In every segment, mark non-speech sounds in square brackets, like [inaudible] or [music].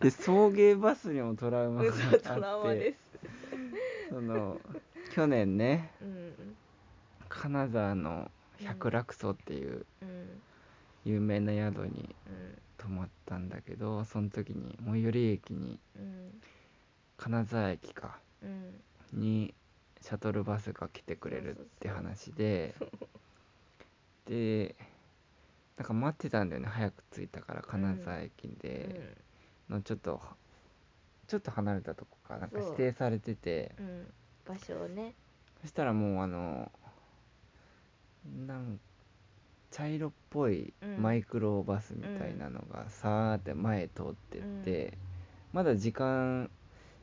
で送迎バスにもトラウマがあそうトラウマっでてすその去年ねうん金沢の百楽荘っていううん有名な宿にうん泊まったんだけどその時に最寄り駅にうん金沢駅かうんにシャトルバスが来てくれるって話ででなんか待ってたんだよね早く着いたから金沢駅で、のちょっとちょっと離れたとこかなんかそう指定されててうんうん場所をねそしたらもうあのなん茶色っぽいうんマイクロバスみたいなのがさーって前通ってって、まだ時間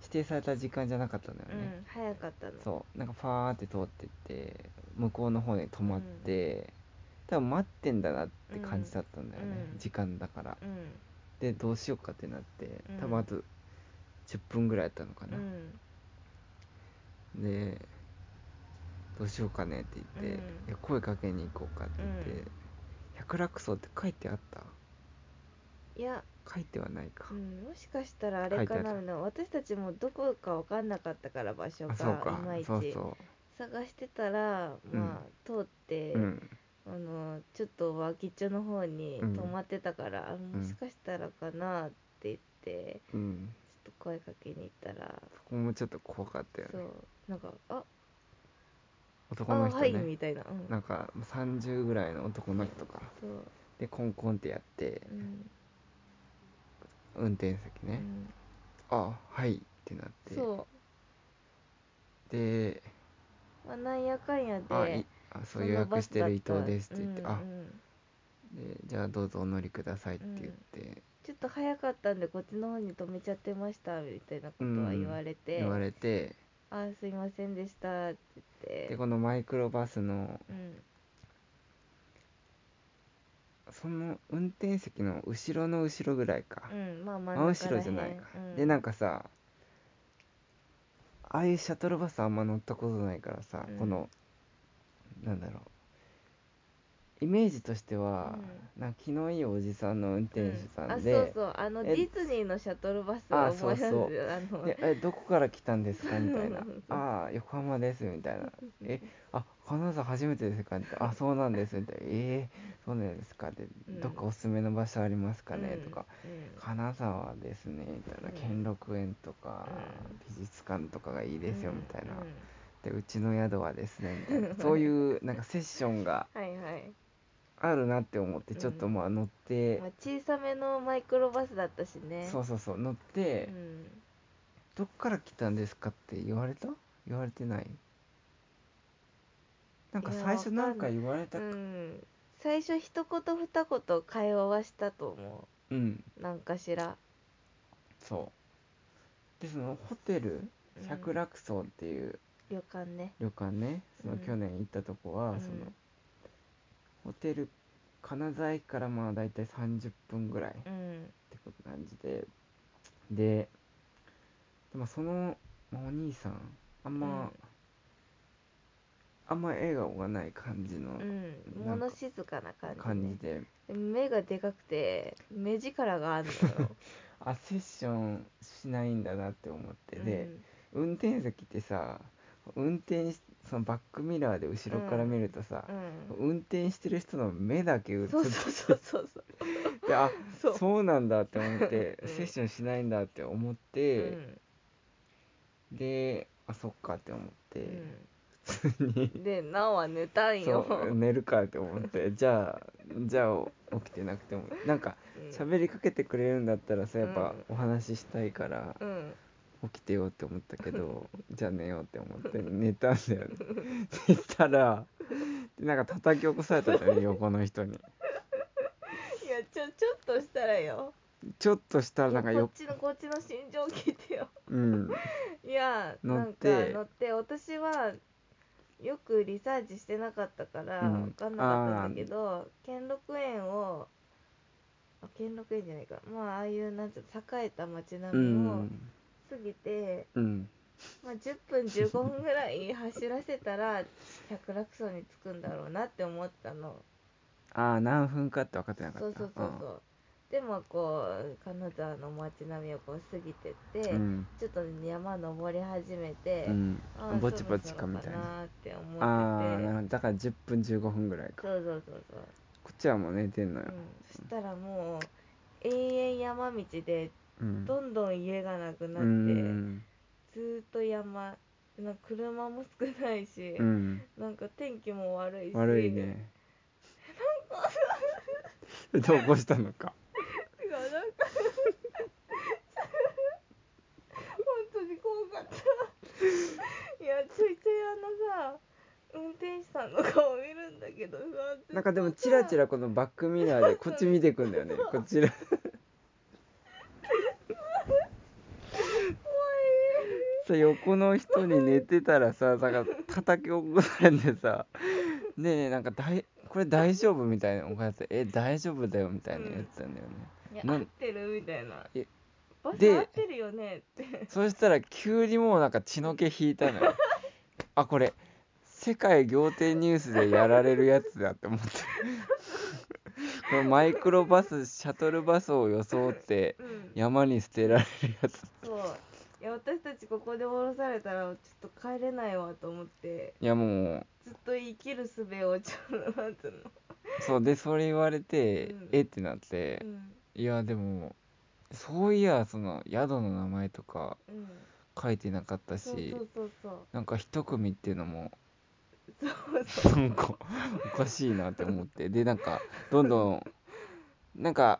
指定された時間じゃなかったんだようね、ん早かったのそうなんかファーって通ってって向こうの方に止まって、多分待ってんだなって感じだったんだよね、うん時間だからうんでどうしようかってなってうん多分あと10分ぐらいやったのかうな、んでどうしようかねって言って、うんいや声かけに行こうかって言って、うん百楽荘って書いてあったいや書いてはないか、うん、もしかしたらあれか書いてあなるな私たちもどこか分かんなかったから場所があそうかいまいちそうそ探してたら、うんまあ通って、ううんあのちょっと脇っちょの方にうん泊まってたから、あもしかしたらかなって言ってうんちょっと声かけに行ったら、そこもちょっと怖かったよそねうなんか「あ男あの人はい」ねみたいな,、うん、なんか30ぐらいの男の人かそう、でコンコンってやってうん運転席うね、ん、あはいってなってそでう、まあ、なんやかんやあでいあそう予約してる伊藤ですって言って、うんあうんでじゃあどうぞお乗りくださいって言って、ちょっと早かったんでこっちの方に止めちゃってましたみたいなことは言われて、言われてあすいませんでしたって言ってでこのマイクロバスのうんその運転席の後ろの後ろぐらいか、うんまあ真真ん中後ろらじへゃんないか、うん、でなんかかさああいうシャトルバスあんま乗ったことないからさ、うんこのなんだろうイメージとしては、なんか気のいいおじさんの運転手さんで、あそうそうあのえディズニーのシャトルバスをあ思い出すそうそうあのでえどこから来たんですかみたいなそう「ああ横浜です」み [laughs] たいな「えあ金沢初めてですか?」って「あそうなんです」みたいな「えー、そうなんですか?」って「うんどっかおすすめの場所ありますかね?」とかう「ん金沢ですね」みたいなう「ん兼六園とかうん美術館とかがいいですよ」みたいなうんうん「でうちの宿はですね」みたいなそういうなんかセッションがはいはい、あるなって思ってちょっとまあ乗ってまあ、小さめのマイクロバスだったしねそうそうそう乗っうてん、 「どっから来たんですか?」って言われた言われてないなんかいや最初なんかわかんない言われたううんん、最初一言二言会話はしたと思うなんかしらそうでそのホテルうん百楽荘っていう旅館ね旅館ねそのうん去年行ったとこは、うんそのホテル金沢駅からまあ大体30分ぐらいっうんてこと感じでででもそのまあお兄さんあんま、うんあんま笑顔がない感じのうんなんか物静かな感じ,、ね、感じで、目がでかくて目力があるのよあセッションしないんだなって思って [laughs] で、運転席ってさ運転しそのバックミラーで後ろから見るとさう、ん、うん運転してる人の目だけ映っそうそうそうそうそうてあそうそうなんだって思って、うんセッションしないんだって思って、であそっかって思って、普通にうん、でなおは寝たんよそう寝るかって思 [laughs] ってじゃあじゃあ起きてなくてもなんかうん喋りかけてくれるんだったらさやっぱうおん話ししたいから。うん起きてよって思ったけどじゃあ寝ようって思って寝たんだよねそしたらでなんか叩き起こされたんだよね横の人にいやちょちょっとしたらよちょっとしたらなんかこよっちのこっちの心情聞いてようんいや乗なっんかて乗って私はよくリサーチしてなかったからうん分かんなかったんだけど兼六園をあ兼六園じゃないかまあああいうなんつうの栄えた街並うみをん過ぎて、うんまあ、10分15分ぐらい走らせたら百楽荘に着くんだろうなって思ったのああ何分かって分かってなかそっうたそうそうそうでもこう金沢の街並みをこう過ぎてって、うんちょっと山登り始めて、うんあーぼちぼちかみたいそろそろなかなーって思ああーなるっほどだから10分15分ぐらいててかそうそうそうそうこっちはもう寝てんのようん、そしたらもう延々山道でうんどんどん家がなくなうって、んずーっと山なんか車も少ないし、うんなんか天気も悪いし悪いね [laughs] どう起こしたのかいやなんか [laughs] 本当に怖 [laughs] かったいやちょいちょいあのさ運転手さんの顔見るんだけど不安定なんかでもチラチラこのバックミラーでこっち見てくんだよねこちらさ横の人に寝てたらさなんか叩き起こされてさ「ねえねえなんかだいこれ大丈夫?」みたいなお母さん「え大丈夫だよ」みたいな言ってたんだよね、いやな合んってるみたいなえバスで合ってるよねってそしたら急にもうなんか血の気引いたの [laughs] よあこれ世界仰天ニュースでやられるやつだって思 [laughs] ってこのマイクロバスシャトルバスを装ってうん山に捨てられるやつそういや私たちここで降ろされたらちょっと帰れないわと思っていやもうずっと生きる術をちょっとなんつうの、そうでそれ言われて、うんえってなってう、んいやでもそういやその宿の名前とかうん、書いてなかったしそうそうそうそうなんか一組っていうのもそうそうなんかおかしいなって思ってでなんかどんどんなんか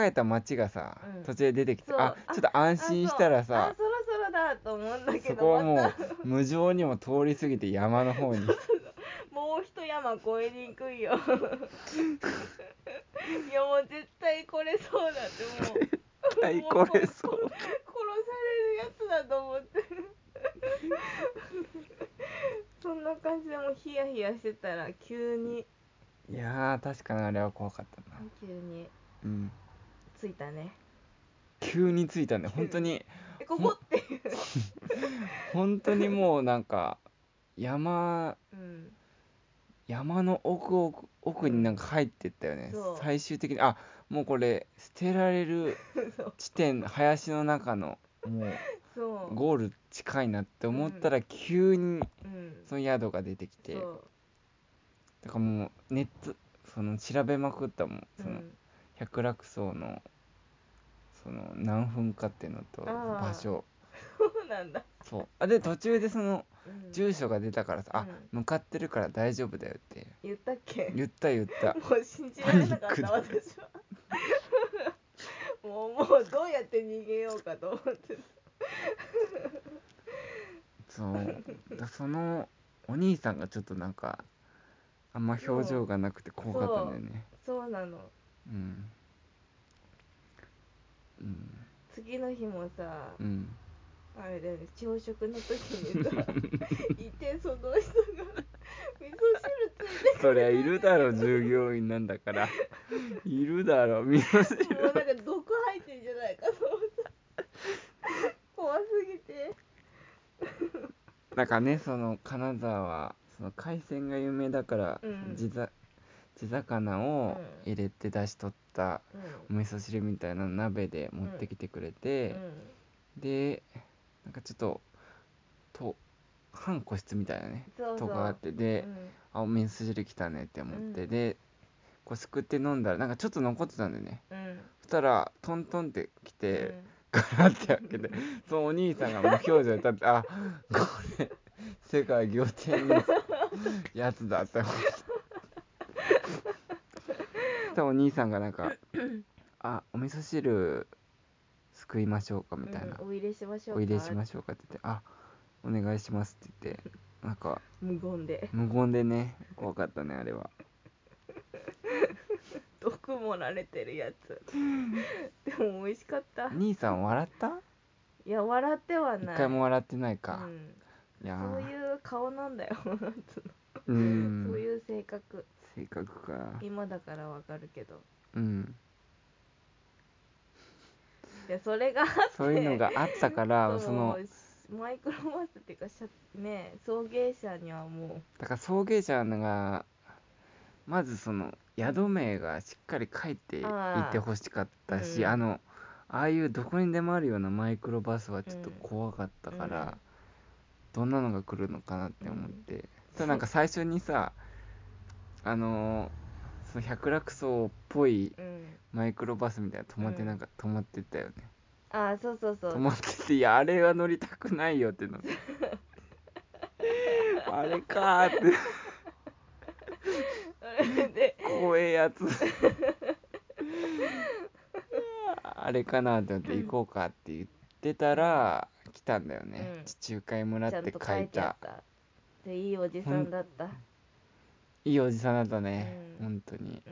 栄えた町がさ、うん途中で出てきてそうああちょっと安心したらあさそうあそろそろだと思うんだけそどこはもまう無情にも通り過ぎて山の方にたもう一山越えにくいよ [laughs] いやもう絶対これそうだってもう対これそう殺されるやつだと思って [laughs] そんな感じでもうヒヤヒヤしてたら急にいやー確かにあれは怖かったな、急にうん、着いたね急に着いたんで本当にえここっていう、本当にもうなんか山うん、山の奥奥奥になんか入ってったよねそう最終的にあもうこれ捨てられ [laughs] る地点林の中のもそうう、ゴール近いなって思ったら急にうん、その宿が出てきてそうだからもうネットその調べまくったもんそうのん百楽荘のその何分かっていうのとあー場所そうなんだ、そうあで途中でそのうん、住所が出たからさ、うあん向かってるから大丈夫だよって言ったっけ言った言ったもう信じられなかっパニたッ私はもうもうどうやって逃げようかと思ってそうだそのお兄さんがちょっとなんかあんま表情がなくて怖かったんだよねそうなのうんうん次の日もさうんあれだよね朝食の時 [laughs] にさいてその人が味噌汁ついそりゃいるだろ [laughs] 従業員なんだからいるだろみんなて [laughs] もうなんか毒入ってんじゃないかと思って怖すぎて [laughs] なんかねその金沢はその海鮮が有名だから、うん地ざ地魚をうん入れて出しとったうおん味噌汁みたいな鍋で持ってきてくれて、でなんかちょっとと半個室みたいなねそうそとうかあってで、うんあお味噌汁来たねって思って、うんでこうすくって飲んだらなんかちょっと残ってたんだよねうんそしたらトントンって来うて、んガラッて開けてそのお兄さんが無表情で立って「あこれ世界仰天のやつだ」って思ってそしたらお兄さんがなんか [laughs] 「あお味噌汁すくいましょうか」みたいなうんお入れしまし「ょうおか入れしましょうか」って言って「あお願いします」って言ってなんか無言で無言でね怖かったねあれは。毒盛られてるやつでも美味しかった兄さん笑ったいや笑っては一ない回も笑ってないか、うんいやそういう顔なんだよ [laughs] ううんそういう性格性格か今だからわかるけどうんいやそれがそういうのがあったから [laughs] そうそのマイクロマスっていうかしゃね送迎車にはもだから送迎者がまずその宿名がしっかり書いていあーてほしかったしうんあ,、のああいうどこにでもあるようなマイクロバスはちょっとうん怖かったから、うんどんなのが来るのかなって思って、ただなんか最初にさあのーその百楽荘っぽいうんマイクロバスみたいな止まってうんなんか止まってたよね、ああそうそうそ止うまってて「いやあれは乗りたくないよ」っての [laughs] あれかーってそれ [laughs] で怖えやつ [laughs] あれかなって思って行こうかって言ってたら来たんだよね、うん地中海村っちゃんてと書書いいてあたったでいいおじさんだったいいおじさんだったね、うん本当に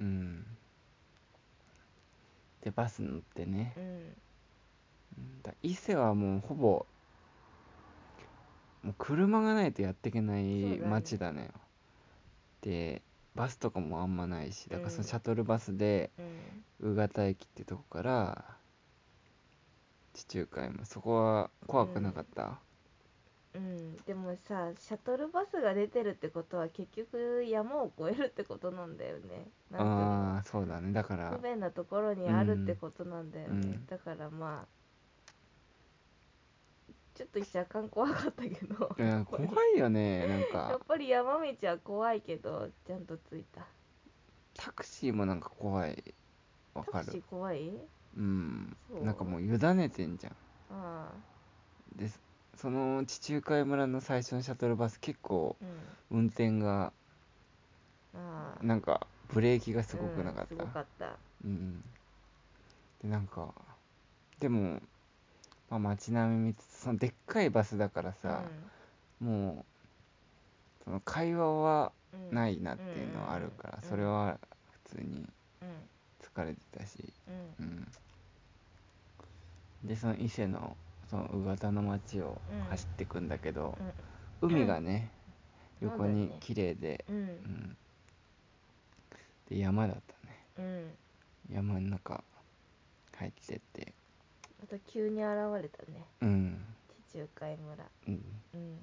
ううんんでバス乗ってねうんうんだ伊勢はもうほぼもう車がないとやっていけないそうだね街だねでバスとかもあんまないしだからそのうんシャトルバスでうん宇方駅ってとこから地中海もそこは怖くなかった、うんでもさシャトルバスが出てるってことは結局山を越えるってことなんだよねなんああそうだねだかていうのら不便なところにあるってことなんだよね、うんだからまあちょっと若干怖かったけどいや怖いよねなんやっかぱり山道は怖いけどちゃんと着いたタクシーもなんか怖いわタかクシーる怖いうんそうなんかもう委ねてんじゃんああでその地中海村の最初のシャトルバス結構うん運転がああなんかブレーキがすごくなかっうん、た、すごかったうんでなんかでも、まあ、街並み見つつそのでっかいバスだからさ、もうその会話はうんうん、ないなっていうのはあるから、うんそれは普通にうん疲れてたし、うんうん、でその伊勢のその宇方の街をうん走ってくんだけど、海がね、うん横そうだよにね綺麗で、うんうんうん、で山だったねうん山の中入ってってまた急に現れたねうん、地中海村うん、うん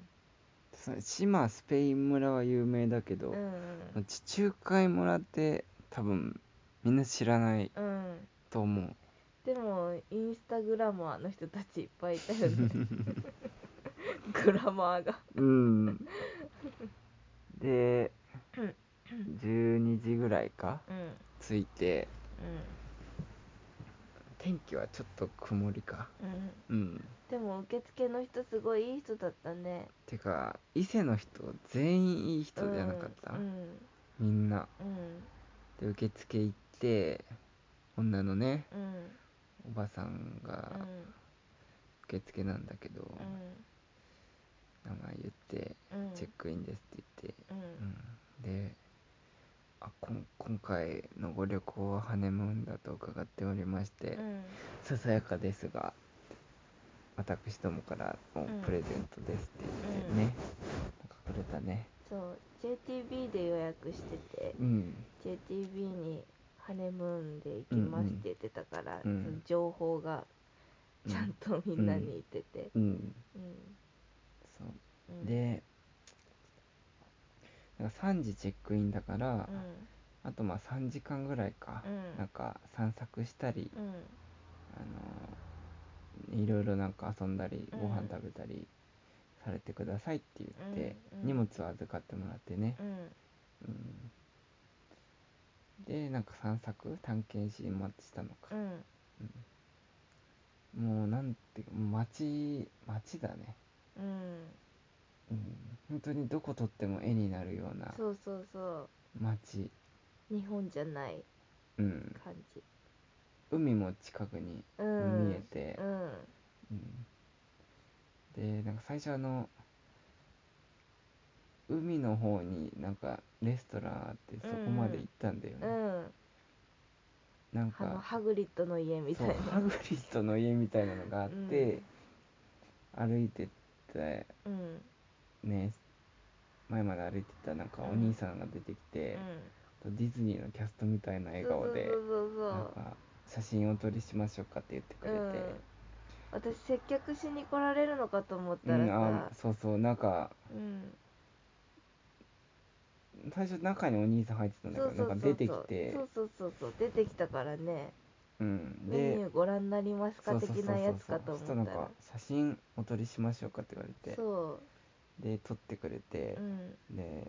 その島スペイン村は有名だけど、うん地中海村って多分みんな知らないうんうんと思うでもインスタグラマーの人たちいっぱいいたよねグラマーがうんで12時ぐらいかうんうん着いて天気はちょっと曇りかうんうんでも受付の人すごいいい人だったねてか伊勢の人全員いい人じゃなかった、うんみんなうんで受付行って女のねうんうんおばさんがうん受付なんだけど、うん名前言ってうん「チェックインです」って言って、ううんんであこん今回のご旅行はハネムーンだと伺っておりまして、うんささやかですが私どもからのうんプレゼントですって言ってうんね、なんかくれたねそう JTB で予約しててうん JTB にハネムーンで行きますって言ってたから、うんうんその情報がうんちゃんとみんなに言ってて、うんうんそううん、でなんか3時チェックインだから、うあとまあ3時間ぐらいか、んなんか散策したり、うんあのいろいろなんか遊んだりうんご飯食べたりされてくださいって言って、うんうん荷物を預かってもらってね、うんうんでなんか散策探検しましたのうか、んもうなんていうか街街だね、うんうん、本当にどこ撮っても絵になるようなそうそうそ街、う日本じゃないうん、感じ海も近くにうん見えて、うんうんでなんか最初あの海の方になんかレストランあってそこまで行ったんだよね、うんなんあのかハグリッドの家みたそいうなハグリッドの家みたいなのがあって、歩いてってうんね前まで歩いてたなんかお兄さんが出てきうて、んディズニーのキャストみたいな笑顔でそうそうそうなんそうか写真をお撮りしましょうかって言ってくれて、うん私接客しに来られるのかと思っうたらん、さあそうそうなんかうん最初中にお兄さん入ってたんだそけうどそなうんかそ出うてきそうてそうそうそうそう出てきたからねうんメニでューご覧になりますかそうそう的そうなやつそかうそと思っしたたららなんか写真お撮りしましょうかって言われてそで撮ってくれてううんでなん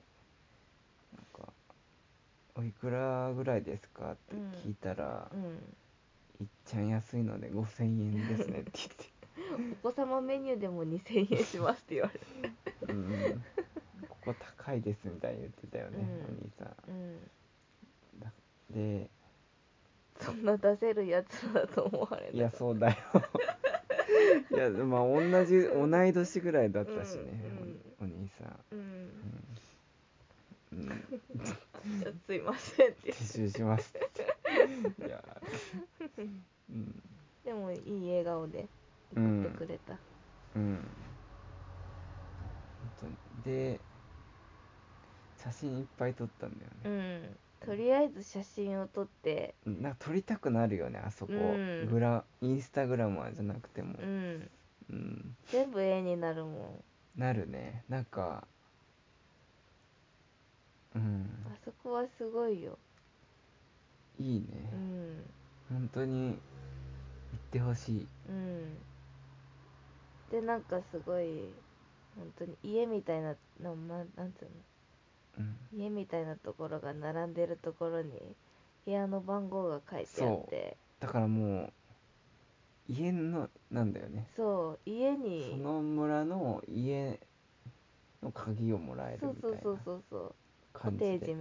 か「おいくらぐらいですか?」って聞いたらうん「いっちゃん安いので5000円ですね」ってお子様メニューでも2000円しますって言われて言って「うんここ高いです」みたいに言ってたよねうんお兄さんうんでそんな出せるやつだと思われいなやかったそうだよ [laughs] いやまあ同じ同い年ぐらいだったしね、おお兄さんうんうん、う [laughs] ん、いやすいませんって撤収しますっていやうんでもいい笑顔で送ってくれたうん本当にで写真いっぱい撮ったんだようね、んとりあえず写真を撮ってなんか撮りたくなるよねあそこ、うんグラインスタグラマーじゃなくてもうんうん全部絵になるもなるねなんかうんんあそこはすごいよいいね、うん本当に行ってほしいうんでなんかすごい本当に家みたいななまなんつううんの家みたいなところが並んでるところに部屋の番号が書いてあってだからもう家のなんだよねそう家そにの村の家の鍵をもらえるそうみたそいうなそうそうそうコ感じテでージ